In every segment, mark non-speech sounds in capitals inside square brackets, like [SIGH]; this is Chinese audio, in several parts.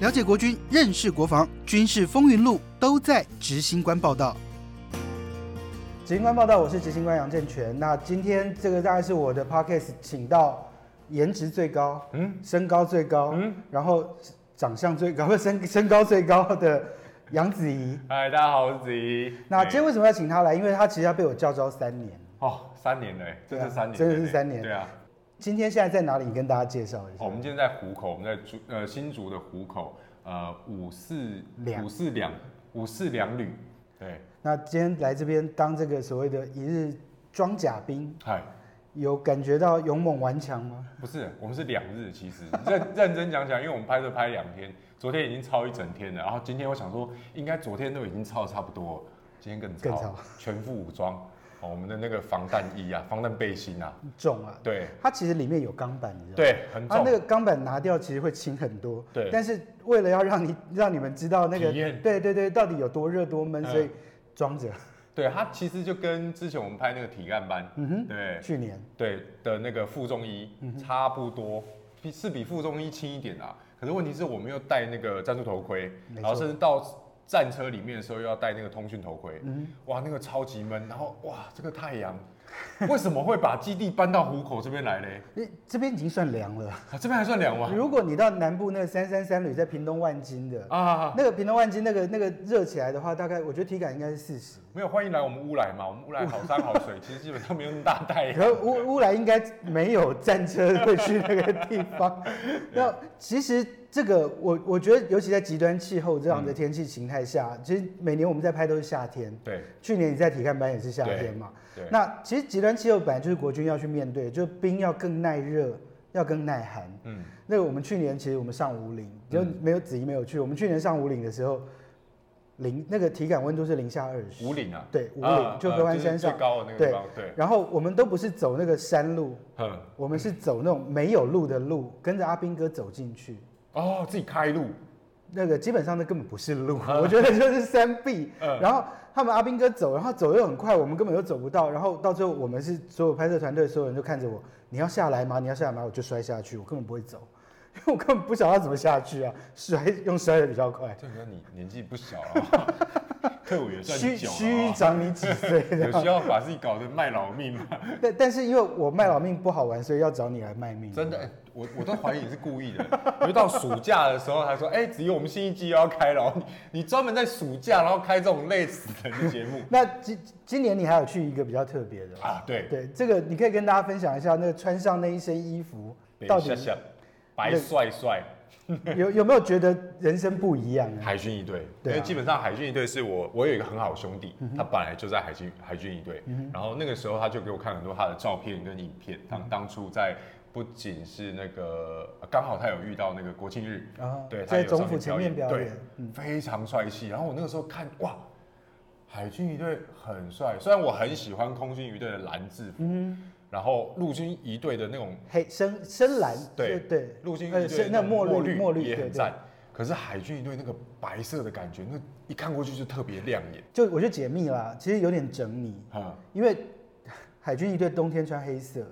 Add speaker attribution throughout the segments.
Speaker 1: 了解国军，认识国防，军事风云录都在执行官报道。执行官报道，我是执行官杨正全。那今天这个大概是我的 podcast 请到颜值最高、
Speaker 2: 嗯
Speaker 1: 身高最高、
Speaker 2: 嗯
Speaker 1: 然后长相最高、不 [LAUGHS] 是身身高最高的杨子怡。
Speaker 2: 嗨，哎大家好，我是子怡。哎
Speaker 1: 那今天为什么要请她来？因为她其实她被我叫招三年。
Speaker 2: 哦，三年了欸，
Speaker 1: 对
Speaker 2: 真
Speaker 1: 啊
Speaker 2: 是三年了欸，
Speaker 1: 真的是三年
Speaker 2: 对啊，
Speaker 1: 今天现在在哪里？你跟大家介绍一下。
Speaker 2: 哦我们今天在湖口，我们在竹呃新竹的湖口，呃五四
Speaker 1: 两
Speaker 2: 五四两五四两旅，对，
Speaker 1: 那今天来这边当这个所谓的一日装甲兵，
Speaker 2: 嗨，
Speaker 1: 有感觉到勇猛顽强吗？
Speaker 2: 不是，我们是两日，其实认 [LAUGHS] 认真讲起来，因为我们拍摄拍两天，昨天已经超一整天了，然后今天我想说，应该昨天都已经超差不多了，今天更超，
Speaker 1: 更超
Speaker 2: 全副武装，哦，我们的那个防弹衣啊，防弹背心啊，
Speaker 1: 重啊！
Speaker 2: 对
Speaker 1: 它其实里面有钢板，你知道吗？
Speaker 2: 对，很
Speaker 1: 它
Speaker 2: 重，
Speaker 1: 那个钢板拿掉其实会轻很多，
Speaker 2: 对
Speaker 1: 但是为了要让你 [LAUGHS] 让你们知道那个
Speaker 2: 体验
Speaker 1: 对对对，到底有多热多闷，
Speaker 2: 嗯
Speaker 1: 所以装着。
Speaker 2: 对，它其实就跟之前我们拍那个体干班，
Speaker 1: 嗯哼，
Speaker 2: 对
Speaker 1: 去年
Speaker 2: 对的那个负重衣差不多，比是比负重衣轻一点啦。可是问题是我们又戴那个战术头盔，
Speaker 1: 没错
Speaker 2: 然后甚至到战车里面的时候又要戴那个通讯头盔，
Speaker 1: 嗯
Speaker 2: 哇，那个超级闷。然后哇，这个太阳 [LAUGHS] 为什么会把基地搬到湖口这边来嘞？
Speaker 1: 诶这边已经算凉了。
Speaker 2: 啊，这边还算凉吗？
Speaker 1: 如果你到南部那个三三三旅，在屏东万金的，
Speaker 2: 啊，
Speaker 1: 那个屏东万金那个那个热起来的话，大概我觉得体感应该是四十。
Speaker 2: 没有，欢迎来我们乌来嘛，我们乌来好山好水，其实基本上没有那么大太
Speaker 1: [LAUGHS]
Speaker 2: 阳。
Speaker 1: 可乌乌来应该没有战
Speaker 2: [LAUGHS]
Speaker 1: 车会去那个地方。那其实这个我我觉得，尤其在极端气候这
Speaker 2: 嗯
Speaker 1: 样的天气形态下，其实每年我们在拍都是夏天。
Speaker 2: 对
Speaker 1: 去年你在体干班也是夏天嘛。
Speaker 2: 对，
Speaker 1: 那其实极端气候本来就是国军要去面对，就冰要更耐热，要更耐寒。
Speaker 2: 嗯，
Speaker 1: 那个我们去年其实我们上五岭，就没有子怡没有去。我们去年上五岭的时候，零那个体感温度是零下二十。
Speaker 2: 五岭啊，
Speaker 1: 对五
Speaker 2: 啊
Speaker 1: 岭就
Speaker 2: 啊
Speaker 1: 合欢
Speaker 2: 是
Speaker 1: 山上
Speaker 2: 最。高的那个地方，对，
Speaker 1: 然后我们都不是走那个山路，
Speaker 2: 嗯，
Speaker 1: 我们是走那种没有路的路，跟着阿兵哥走进去。
Speaker 2: 哦，自己开路，
Speaker 1: 那个基本上那根本不是路，我觉得就是山壁。
Speaker 2: 啊嗯
Speaker 1: 然后他们阿兵哥走，然后走又很快，我们根本就走不到。然后到最后，我们是所有拍摄团队所有人都看着我，你要下来吗？你要下来吗？我就摔下去，我根本不会走，因为我根本不晓得要怎么下去啊，摔用摔的比较快。
Speaker 2: 这个你 [LAUGHS] 年纪不小了， [LAUGHS] 退伍也算
Speaker 1: 啊虚
Speaker 2: 久
Speaker 1: 虚
Speaker 2: 了，啊哦
Speaker 1: 长你几岁？这样
Speaker 2: 有需要把自己搞得卖老命吗？
Speaker 1: 啊但但是因为我卖老命不好玩，所以要找你来卖命。
Speaker 2: [LAUGHS]
Speaker 1: 啊
Speaker 2: 真的，哎我我都怀疑你是故意的。因为到暑假的时候，他说：“哎、只有我们新一季又要开了哦，你你专门在暑假然后开这种累死人的节目
Speaker 1: 那今今年你还有去一个比较特别的吗
Speaker 2: [LAUGHS] 啊！”对，
Speaker 1: 对，这个你可以跟大家分享一下，那个穿上那一身衣服，到底
Speaker 2: 下下白帅帅，
Speaker 1: 有有没有觉得人生不一样啊？
Speaker 2: 海军一队，因
Speaker 1: 对啊嗯
Speaker 2: 为基本上海军一队是我，我有一个很好的兄弟，他本来就在海军海军一队，然后那个时候他就给我看很多他的照片跟影片，
Speaker 1: 嗯
Speaker 2: 他当初在不仅是那个呃刚好他有遇到那个国庆日，
Speaker 1: 啊
Speaker 2: 对，他
Speaker 1: 在
Speaker 2: 有上
Speaker 1: 总府前面表
Speaker 2: 表
Speaker 1: 演，嗯
Speaker 2: 对，非常帅气。然后我那个时候看哇，海军一队很帅，虽然我很喜欢空军一队的蓝制服，
Speaker 1: 嗯
Speaker 2: 然后陆军一队的那种
Speaker 1: 黑深深蓝，
Speaker 2: 对
Speaker 1: 对，
Speaker 2: 陆军一
Speaker 1: 呃
Speaker 2: 队
Speaker 1: 深
Speaker 2: 那
Speaker 1: 那
Speaker 2: 种
Speaker 1: 墨绿墨绿
Speaker 2: 也
Speaker 1: 对
Speaker 2: 很
Speaker 1: 对
Speaker 2: 赞，，可是海军一队那个白色的感觉，那一看过去就特别亮眼。
Speaker 1: 就我就解密啦，其实有点整你，
Speaker 2: 啊，
Speaker 1: 因为海军一队冬天穿黑色，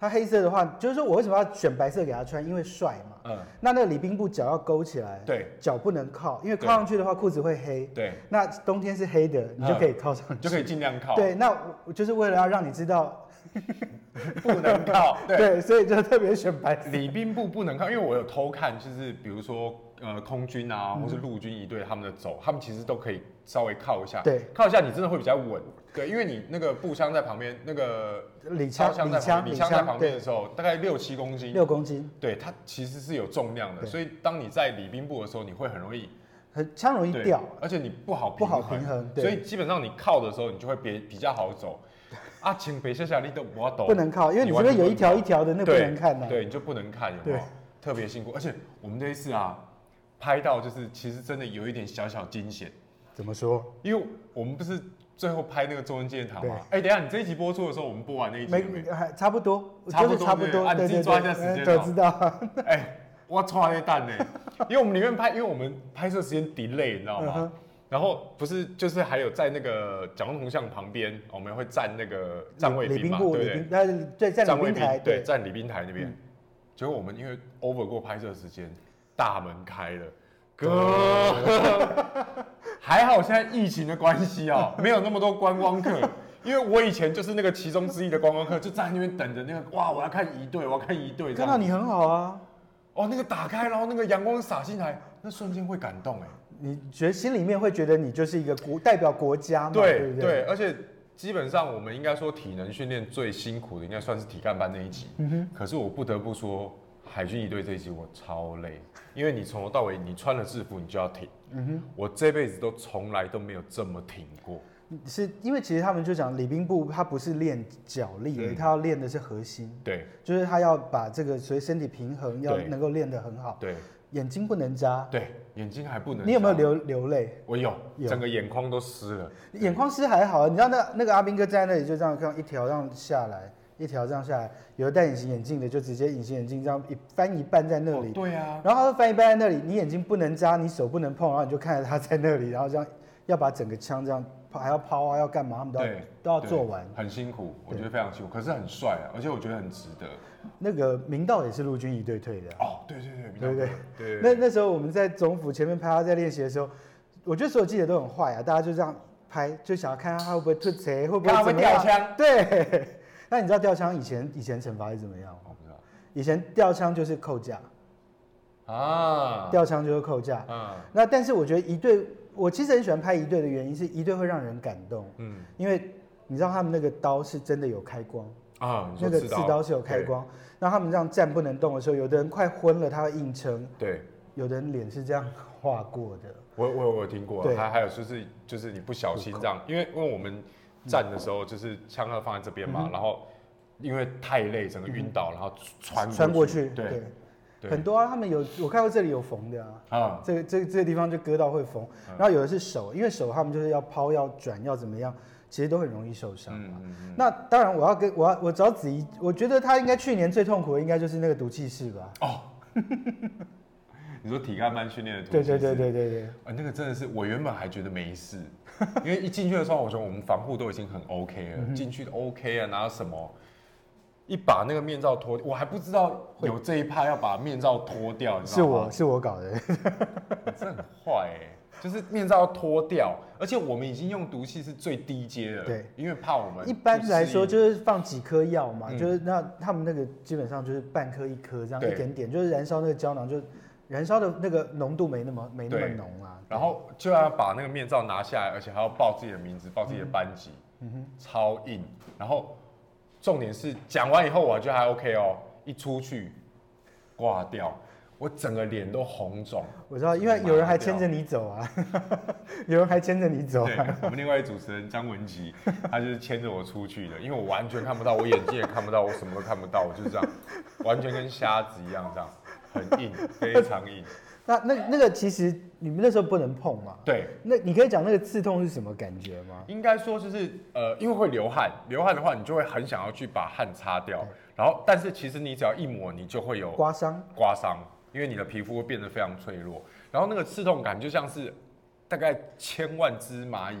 Speaker 1: 他黑色的话，就是说我为什么要选白色给他穿？因为帅嘛。
Speaker 2: 嗯，
Speaker 1: 那那个礼宾部脚要勾起来，
Speaker 2: 对，
Speaker 1: 脚不能靠，因为靠
Speaker 2: 对
Speaker 1: 上去的话裤子会黑。
Speaker 2: 对，
Speaker 1: 那冬天是黑的，你就可以靠上去。
Speaker 2: 你嗯就可以尽量靠，
Speaker 1: 嗯对，那我就是为了要让你知道，
Speaker 2: 不能靠， [LAUGHS] 对，
Speaker 1: 所以就特别选白色。
Speaker 2: 礼宾部不能靠，因为我有偷看，就是比如说呃空军啊，
Speaker 1: 嗯
Speaker 2: 或是陆军一队他们的走，他们其实都可以稍微靠一下，
Speaker 1: 对，
Speaker 2: 靠一下你真的会比较稳，对，因为你那个步枪在旁边，那个
Speaker 1: 李
Speaker 2: 操
Speaker 1: 枪，
Speaker 2: 枪
Speaker 1: 李枪，
Speaker 2: 在旁边，
Speaker 1: 李
Speaker 2: 李枪在旁
Speaker 1: 枪，
Speaker 2: 边的
Speaker 1: 对，
Speaker 2: 时候大概六七公斤，
Speaker 1: 六公斤，
Speaker 2: 对，它其实是有重量的，
Speaker 1: 对
Speaker 2: 所以当你在礼宾部的时候，你会很容易
Speaker 1: 很枪容易
Speaker 2: 对，
Speaker 1: 掉。
Speaker 2: 而且你不好
Speaker 1: 不好
Speaker 2: 平
Speaker 1: 平衡对
Speaker 2: 所以基本上你靠的时候，你就会比比较好走。啊，请别下下力都不要抖，
Speaker 1: 不能靠，因为你这
Speaker 2: 完全
Speaker 1: 边有
Speaker 2: 不
Speaker 1: 一
Speaker 2: 能
Speaker 1: 条一条的，那不
Speaker 2: 对
Speaker 1: 能看呐、
Speaker 2: 对，你就不能看，有没有
Speaker 1: 对？
Speaker 2: 特别辛苦，而且我们这一次啊，拍到就是其实真的有一点小小惊险，
Speaker 1: 怎么说？
Speaker 2: 因为我们不是最后拍那个中文纪念堂
Speaker 1: 对
Speaker 2: 吗？哎、等一下你这一集播出的时候，我们播完那一集了
Speaker 1: 没
Speaker 2: 没？
Speaker 1: 还差不多，
Speaker 2: 差不多
Speaker 1: 就是差不
Speaker 2: 对
Speaker 1: 多。
Speaker 2: 啊
Speaker 1: 对
Speaker 2: 你自己
Speaker 1: 对
Speaker 2: 抓一下
Speaker 1: 对
Speaker 2: 时间
Speaker 1: 对
Speaker 2: 哦
Speaker 1: 知
Speaker 2: [LAUGHS]
Speaker 1: 道。
Speaker 2: 哎、我操那蛋呢、因为我们里面拍，因为我们拍摄时间 delay，你知道吗
Speaker 1: 嗯哼
Speaker 2: 然后不是就是还有在那个蒋公铜像旁边，我们会站那个站卫
Speaker 1: 礼
Speaker 2: 兵
Speaker 1: 宾
Speaker 2: 嘛，
Speaker 1: 部，
Speaker 2: 对
Speaker 1: 礼
Speaker 2: 不对
Speaker 1: 宾，？那对，在
Speaker 2: 站
Speaker 1: 礼
Speaker 2: 卫
Speaker 1: 宾台，
Speaker 2: 对，
Speaker 1: 对，嗯
Speaker 2: 站礼宾台那边。结果我们因为 over 过拍摄时间，大门开了，哥，还好现在疫情的关
Speaker 1: [LAUGHS]
Speaker 2: 系哦，没有那么多观光客。因为我以前就是那个其中之一的观光客，就站在那边等着那个，哇，我要看一队，我要看一队。
Speaker 1: 看到你很好啊，
Speaker 2: 哦，那个打开，然后那个阳光洒进来，那瞬间会感动哎。
Speaker 1: 你觉得心里面会觉得你就是一个国代表国家嘛，对
Speaker 2: 对
Speaker 1: 不
Speaker 2: 对，而且基本上我们应该说体能训练最辛苦的应该算是体干班那一集。
Speaker 1: 嗯
Speaker 2: 可是我不得不说，海军一队这一集我超累，因为你从头到尾你穿了制服你就要挺。
Speaker 1: 嗯
Speaker 2: 我这辈子都从来都没有这么挺过。
Speaker 1: 是因为其实他们就讲礼宾部，他不是练脚力，
Speaker 2: 嗯
Speaker 1: 而他要练的是核心，
Speaker 2: 对
Speaker 1: 就是他要把这个所以身体平衡要
Speaker 2: 对
Speaker 1: 能够练得很好，
Speaker 2: 对
Speaker 1: 眼睛不能眨。
Speaker 2: 对，眼睛还不能。
Speaker 1: 你有没有？流流泪？
Speaker 2: 我有，
Speaker 1: 有
Speaker 2: 整个眼眶都湿了。
Speaker 1: 眼眶湿还好，你知道那那个阿兵哥站在那里就这样这样一条这样下来，一条这样下来，有的戴隐形眼镜的就直接隐形眼镜这样一翻一半在那
Speaker 2: 哦
Speaker 1: 里，
Speaker 2: 对啊，
Speaker 1: 然后他就翻一半在那里，你眼睛不能眨，你手不能碰，然后你就看着他在那里，然后这样要把整个枪这样抛，还要抛啊，要干嘛，他们都要
Speaker 2: 对，
Speaker 1: 都要
Speaker 2: 对
Speaker 1: 做完。，
Speaker 2: 很辛苦，我
Speaker 1: 对
Speaker 2: 觉得非常辛苦，可是很帅啊，而且我觉得很值得。
Speaker 1: 那个明道也是陆军一队退的，
Speaker 2: 哦，对对对，比较
Speaker 1: 对不对 [LAUGHS]
Speaker 2: 合？对，
Speaker 1: 那那时候我们在总府前面拍他在练习的时候，我觉得所有记者都很坏啊，大家就这样拍，就想要看他会不会吐贼，会不
Speaker 2: 看他
Speaker 1: 会
Speaker 2: 会
Speaker 1: 怎么样
Speaker 2: 掉枪。
Speaker 1: 对， [LAUGHS] 那你知道掉枪以前以前惩罚是怎么样吗？
Speaker 2: 我不知道
Speaker 1: 以前掉枪就是扣架，
Speaker 2: 啊，
Speaker 1: 掉枪就是扣架。
Speaker 2: 嗯
Speaker 1: 那但是我觉得一队，我其实很喜欢拍一队的原因是一队会让人感动，
Speaker 2: 嗯
Speaker 1: 因为你知道他们那个刀是真的有开光，
Speaker 2: 啊，你
Speaker 1: 那
Speaker 2: 说
Speaker 1: 个
Speaker 2: 刺
Speaker 1: 刺刀是有开，光。那他们这样站不能动的时候，有的人快昏了，他会硬撑；
Speaker 2: 对。对
Speaker 1: 有的人脸是这样画过的。
Speaker 2: 我我我有听过，啊
Speaker 1: 对
Speaker 2: 还还有就是就是你不小心这样，因为因为我们站的时候就是枪要放在这边
Speaker 1: 嗯
Speaker 2: 嘛，然后因为太累，整个晕倒，然后穿
Speaker 1: 穿过去，
Speaker 2: 对对
Speaker 1: 很多啊，他们有我看过这里有缝的啊，
Speaker 2: 啊，嗯
Speaker 1: 这个这个这个地方就割到会缝，然后有的是手，因为手他们就是要抛、要转、要怎么样，其实都很容易受伤嘛。
Speaker 2: 嗯
Speaker 1: 那当然，我要跟我要我找子怡，我觉得她应该去年最痛苦的应该就是那个毒气室吧？
Speaker 2: 嗯，你说体干班训练的图，
Speaker 1: 对对对，对对对，
Speaker 2: 啊，那个真的是我原本还觉得没事， [LAUGHS] 因为一进去的时候，我觉得我们防护都已经很 OK
Speaker 1: 嗯
Speaker 2: 了，进去 OK 啊，哪有什么？一把那个面罩脱，我还不知道有这一趴要把面罩脱掉，你知
Speaker 1: 是
Speaker 2: 道吗
Speaker 1: 我？是我搞的，
Speaker 2: 这很坏哎、就是面罩要脱掉，而且我们已经用毒气是最低阶了，
Speaker 1: 对，
Speaker 2: 因为怕我们
Speaker 1: 一般来说
Speaker 2: 是
Speaker 1: 就是放几颗药嘛，
Speaker 2: 嗯
Speaker 1: 就是那他们那个基本上就是半颗一颗这样
Speaker 2: 对
Speaker 1: 一点点，就是燃烧那个胶囊，就燃烧的那个浓度没那么没那么
Speaker 2: 对
Speaker 1: 浓啊。
Speaker 2: 然后就要把那个面罩拿下来，而且还要报自己的名字，报自己的班级，超硬。然后重点是讲完以后，我觉得还 OK 哦，一出去挂掉，我整个脸都红肿。
Speaker 1: 我知道，因为有人还牵着你走啊，有人还牵着你走、
Speaker 2: 对
Speaker 1: 啊。，
Speaker 2: 我们另外一主持人张文琪，他就是牵着我出去的，因为我完全看不到，我眼睛也看不到，我什么都看不到，我就是这样，完全跟瞎子一样这样，很硬，非常硬。
Speaker 1: 那那那个其实你们那时候不能碰嘛。
Speaker 2: 对，
Speaker 1: 那你可以讲那个刺痛是什么感觉吗？
Speaker 2: 应该说就是呃，因为会流汗，流汗的话，你就会很想要去把汗擦掉，然后但是其实你只要一抹，你就会有
Speaker 1: 刮伤，
Speaker 2: 刮伤，因为你的皮肤会变得非常脆弱，然后那个刺痛感就像是大概千万只蚂蚁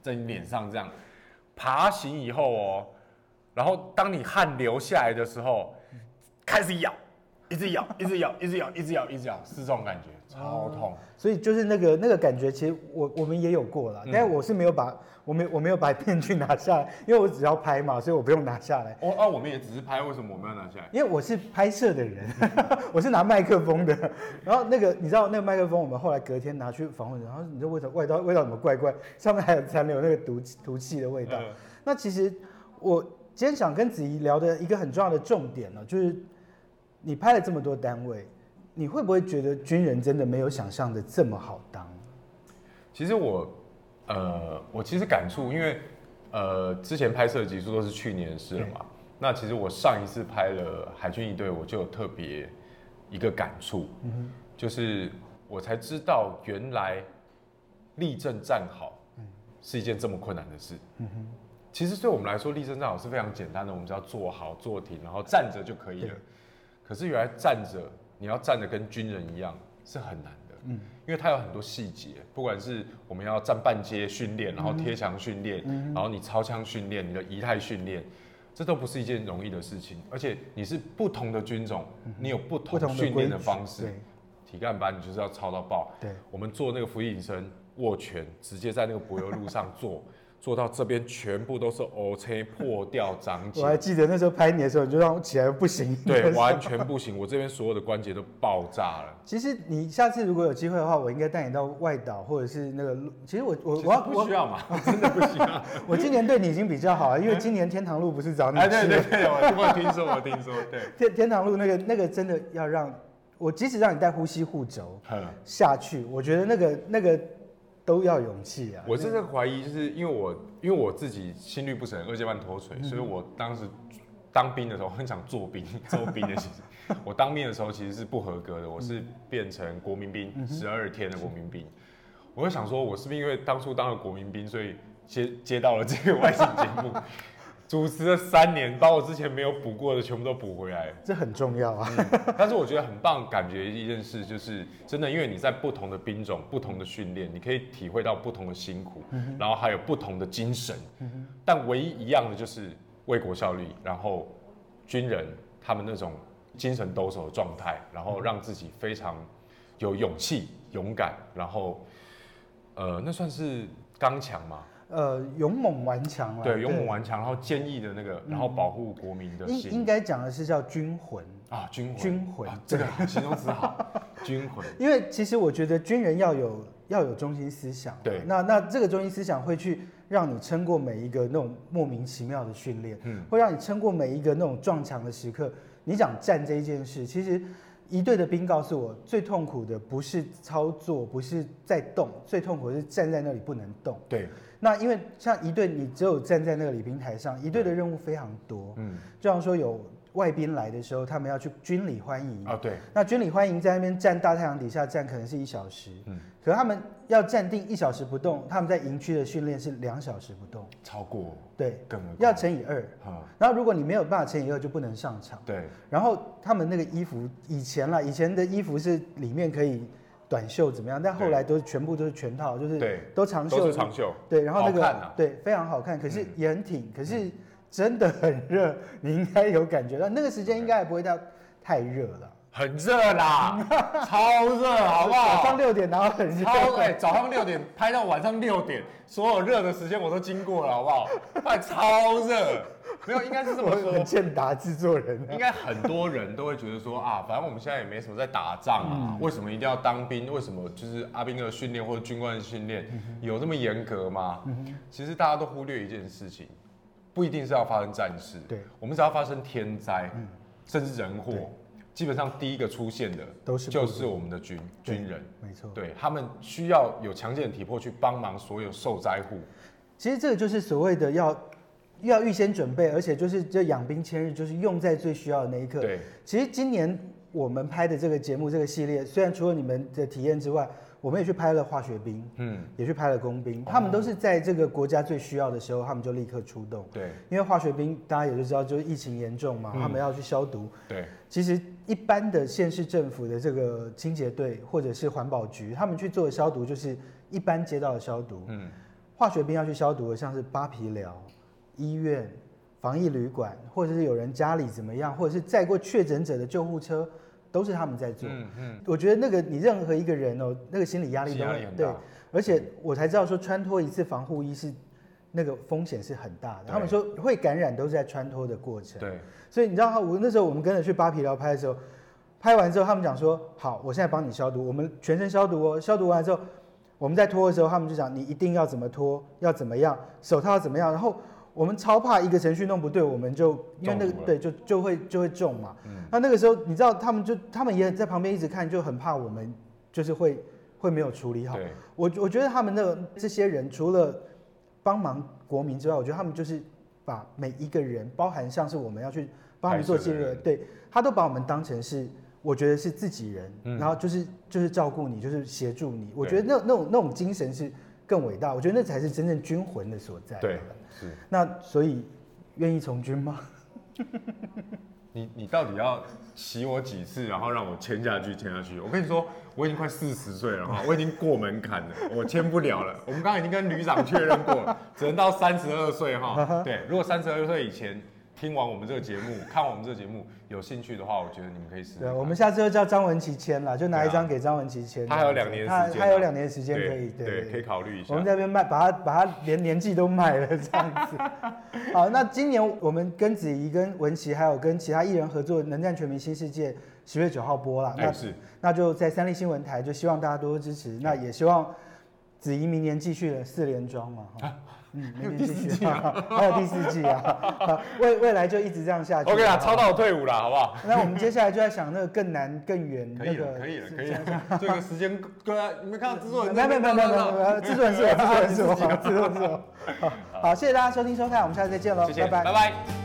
Speaker 2: 在你脸上这样爬行以后哦，然后当你汗流下来的时候，开始咬，一直咬，一直咬，一直咬，一直咬，一直咬，是这种感觉，超痛。
Speaker 1: 所以就是那个那个感觉，其实我我们也有过啦，
Speaker 2: 嗯
Speaker 1: 但我是没有把我没有我没有把面具拿下来，因为我只要拍嘛，所以我不用拿下来。
Speaker 2: 哦啊，我们也只是拍，为什么我们要拿下来？
Speaker 1: 因为我是拍摄的人， [LAUGHS] 我是拿麦克风的。然后那个你知道那个麦克风，我们后来隔天拿去访问人，然后你这味道味道味道怎么怪怪？上面还有残留那个毒气毒气的味道。
Speaker 2: 嗯
Speaker 1: 那其实我今天想跟子怡聊的一个很重要的重点呢、就是你拍了这么多单位，你会不会觉得军人真的没有想象的这么好当？
Speaker 2: 其实我，呃，我其实感触，因为呃，之前拍摄的集数都是去年的事了嘛。那其实我上一次拍了海军一队，我就有特别一个感触，就是我才知道原来立正站好是一件这么困难的事。其实对我们来说，立正站好是非常简单的，我们只要坐好、坐挺，然后站着就可以了。可是原来站着，你要站着跟军人一样是很难的，嗯，因为它有很多细节，不管是我们要站半阶训练，然后贴墙训练，
Speaker 1: 嗯
Speaker 2: 然后你操枪训练，你的仪态训练，这都不是一件容易的事情。而且你是不同的军种，你有不
Speaker 1: 不
Speaker 2: 同
Speaker 1: 嗯同的
Speaker 2: 训练的
Speaker 1: 规矩
Speaker 2: 方式
Speaker 1: 对，
Speaker 2: 体体干班，你就是要操到爆。
Speaker 1: 对，
Speaker 2: 我们做那个俯卧撑握拳，直接在那个柏油路上做， [LAUGHS] 做到这边全部都是 O C 破掉长
Speaker 1: 我还
Speaker 2: 茧，
Speaker 1: 记得那时候拍你的时候，你就让我起来不行。 [LAUGHS]
Speaker 2: 对，完全不行，我这边所有的关节都爆炸了。
Speaker 1: 其实你下次如果有机会的话，我应该带你到外岛或者是那个路。其实我我我
Speaker 2: 其实
Speaker 1: 要
Speaker 2: 不需
Speaker 1: 我
Speaker 2: 要嘛，真的不需要。
Speaker 1: 我今年对你已经比较好了，
Speaker 2: [LAUGHS]
Speaker 1: 因为今年天堂路不是找你去
Speaker 2: 哎，
Speaker 1: 了。
Speaker 2: 对对对，我我听说，我听说，对，
Speaker 1: 天天堂路那个那个真的要让我，即使让你带呼吸护轴
Speaker 2: 嗯。
Speaker 1: 下去，我觉得那个那个都要勇气啊。
Speaker 2: 我真的怀疑，就是因为我因为我自己心律不整，二尖瓣脱垂，所以我当时当兵的时候很想做兵，做兵的其实我当兵的时候其实是不合格的，我是变成国民兵十二天的国民兵，我就想说，我是不是因为当初当了国民兵，所以接接到了这个外景节目， [LAUGHS] 主持了三年，把我之前没有补过的全部都补回来了。
Speaker 1: 这很重要啊。
Speaker 2: [LAUGHS] 但是我觉得很棒，感觉一件事就是真的，因为你在不同的兵种、不同的训练，你可以体会到不同的辛苦，然后还有不同的精神。但唯一一样的就是为国效力，然后军人他们那种精神抖擞的状态，然后让自己非常有勇气、勇敢，然后呃，那算是刚强嘛？
Speaker 1: [LAUGHS] 呃，勇猛顽强啊了。
Speaker 2: 对，勇猛顽强，然后坚毅的那个，然后保护国民的
Speaker 1: 应
Speaker 2: 心
Speaker 1: 应该讲的是叫军魂，
Speaker 2: 啊，嗯军魂，
Speaker 1: 军魂
Speaker 2: 啊 [LAUGHS] 这个好形容词好，军魂。
Speaker 1: 因为其实我觉得军人要有要有中心思想。啊
Speaker 2: 对
Speaker 1: 那那这个中心思想会去让你撑过每一个那种莫名其妙的训练，
Speaker 2: 嗯
Speaker 1: 会让你撑过每一个那种撞墙的时刻。你讲站这一件事，其实一队的兵告诉我，最痛苦的不是操作，不是在动，最痛苦的是站在那里不能动。
Speaker 2: 对，
Speaker 1: 那因为像一队，你只有站在那个礼宾台上，一队的任务非常多，
Speaker 2: 嗯，
Speaker 1: 就像说有外宾来的时候，他们要去军礼欢迎。
Speaker 2: 啊，对，
Speaker 1: 那军礼欢迎在那边站大太阳底下站可能是一小时，
Speaker 2: 嗯
Speaker 1: 可是他们要站定一小时不动，他们在营区的训练是两小时不动，
Speaker 2: 超过
Speaker 1: 对，
Speaker 2: 更何况
Speaker 1: 要乘以二。
Speaker 2: 啊，
Speaker 1: 然后如果你没有办法乘以二，就不能上场。
Speaker 2: 对，
Speaker 1: 然后他们那个衣服以前啦，以前的衣服是里面可以短袖怎么样，但后来都是全部都是全套，就是
Speaker 2: 对
Speaker 1: 都长袖
Speaker 2: 都是长袖，
Speaker 1: 对，然后那个、
Speaker 2: 好看啊嗯
Speaker 1: 对非常好看，可是也很挺，可是真的很热，你应该有感觉到那个时间应该还不会到太热了。
Speaker 2: 很热啦， [LAUGHS] 超热，好不
Speaker 1: 早上
Speaker 2: 好？
Speaker 1: 六点然后很热，
Speaker 2: 超哎、早上六点拍到晚上六点，所有热的时间我都经过了，好不好？哎，超热，没有，应该是这
Speaker 1: 我
Speaker 2: 么
Speaker 1: 很
Speaker 2: 说。
Speaker 1: 欠打制作人啊、
Speaker 2: 应该很多人都会觉得说啊，反正我们现在也没什么在打仗啊，
Speaker 1: 嗯
Speaker 2: 为什么一定要当兵？为什么就是阿兵哥的训练或者军官的训练
Speaker 1: 嗯
Speaker 2: 有这么严格吗？其实大家都忽略一件事情，不一定是要发生战事，
Speaker 1: 对，嗯
Speaker 2: 我们只要发生天灾，甚至人祸，基本上第一个出现的
Speaker 1: 都是
Speaker 2: 就
Speaker 1: 部
Speaker 2: 是我们的军
Speaker 1: 对
Speaker 2: 军人，
Speaker 1: 没错。
Speaker 2: 对他们需要有强健的体魄去帮忙所有受灾户，
Speaker 1: 其实这个就是所谓的要要预先准备，而且就是这养兵千日，就是用在最需要的那一刻。
Speaker 2: 对，
Speaker 1: 其实今年我们拍的这个节目这个系列，虽然除了你们的体验之外，我们也去拍了化学兵，
Speaker 2: 嗯，
Speaker 1: 也去拍了工兵，他们都是在这个国家最需要的时候，他们就立刻出动。
Speaker 2: 嗯对
Speaker 1: 因为化学兵大家也就知道，就是疫情严重嘛，
Speaker 2: 嗯
Speaker 1: 他们要去消毒，
Speaker 2: 对
Speaker 1: 其实一般的县市政府的这个清洁队或者是环保局，他们去做的消毒就是一般街道的消毒，
Speaker 2: 嗯，
Speaker 1: 化学兵要去消毒的，像是扒皮寮、医院、防疫旅馆，或者是有人家里怎么样，或者是载过确诊者的救护车，都是他们在做。
Speaker 2: 嗯嗯，
Speaker 1: 我觉得那个你任何一个人哦，那个心理压力
Speaker 2: 心
Speaker 1: 都
Speaker 2: 理压
Speaker 1: 会
Speaker 2: 力很
Speaker 1: 对
Speaker 2: 大，
Speaker 1: 而且我才知道说穿脱一次防护衣是那个风险是很大的。
Speaker 2: 对
Speaker 1: 他们说会感染都是在穿脱的过程。
Speaker 2: 对，
Speaker 1: 所以你知道，我那时候我们跟着去扒皮寮拍的时候，拍完之后他们讲说，好，我现在帮你消毒，我们全身消毒哦。消毒完之后，我们在脱的时候，他们就讲你一定要怎么脱，要怎么样，手套要怎么样。然后我们超怕一个程序弄不对，我们就因为那个
Speaker 2: 中毒了嗯
Speaker 1: 对就就会就会中嘛。那那个时候你知道，他们就他们也在旁边一直看，就很怕我们就是会会没有处理好。
Speaker 2: 对
Speaker 1: 我我觉得他们那个这些人除了帮忙国民之外，我觉得他们就是把每一个人，包含像是我们要去帮他们做纪
Speaker 2: 拍摄的
Speaker 1: 念，
Speaker 2: 人
Speaker 1: 对他都把我们当成是，我觉得是自己人，
Speaker 2: 嗯
Speaker 1: 然后就是就是照顾你，就是协助你。我
Speaker 2: 对
Speaker 1: 觉得那那种那种精神是更伟大，我觉得那才是真正军魂的所在。
Speaker 2: 对，是。
Speaker 1: 那所以愿意从军吗？
Speaker 2: 你你到底要洗我几次，然后让我签下去，签下去？我跟你说，我已经快四十岁了哈，我已经过门槛了，我签不了了。我们刚
Speaker 1: [LAUGHS]
Speaker 2: 才已经跟旅长确认过了，只能到三十二岁哈。对，如果三十二岁以前听完我们这个节目，看我们这个节目，有兴趣的话，我觉得你们可以试试
Speaker 1: 对，啊
Speaker 2: 看。
Speaker 1: 我们下次就叫张文琪签了，就拿一
Speaker 2: 啊对啊
Speaker 1: 张给张文琪签。
Speaker 2: 他还有两年时
Speaker 1: 他
Speaker 2: 间
Speaker 1: 他有
Speaker 2: 啊
Speaker 1: 两年时间可以，
Speaker 2: 对
Speaker 1: 对
Speaker 2: 可以考虑一下
Speaker 1: 我。们在那边卖，把他把他连年纪都卖了这样
Speaker 2: [LAUGHS]
Speaker 1: 子。好，那今年我们跟子怡、跟文琪还有跟其他艺人合作，《能战全民新世界》十月九号播啦。
Speaker 2: 哎
Speaker 1: 那
Speaker 2: 是
Speaker 1: 那就在三立新闻台，就希望大家多多支持。那也希望子怡明年继续了四连庄嘛，
Speaker 2: 啊
Speaker 1: 哈，嗯，明年
Speaker 2: [LAUGHS]
Speaker 1: 继续， [LAUGHS] 还有第四季啊，好未未来就一直这样下去。
Speaker 2: OK 啦，超到我退伍啦，好不好？
Speaker 1: 那我们接下来就在想那个更难、更远
Speaker 2: 可
Speaker 1: 那
Speaker 2: 以
Speaker 1: 个
Speaker 2: 了，可以了，可以了。这个时间，对啊，你们看到制作人
Speaker 1: 没有
Speaker 2: 在
Speaker 1: 没
Speaker 2: 那
Speaker 1: 有
Speaker 2: 边
Speaker 1: 没有没有没
Speaker 2: 闹闹闹
Speaker 1: 有，制
Speaker 2: [LAUGHS]
Speaker 1: 作人是我，制作人是我，制作人是我。好，谢谢大家收听收看，我们下次再见喽，
Speaker 2: 谢谢，
Speaker 1: 拜拜
Speaker 2: 拜。拜。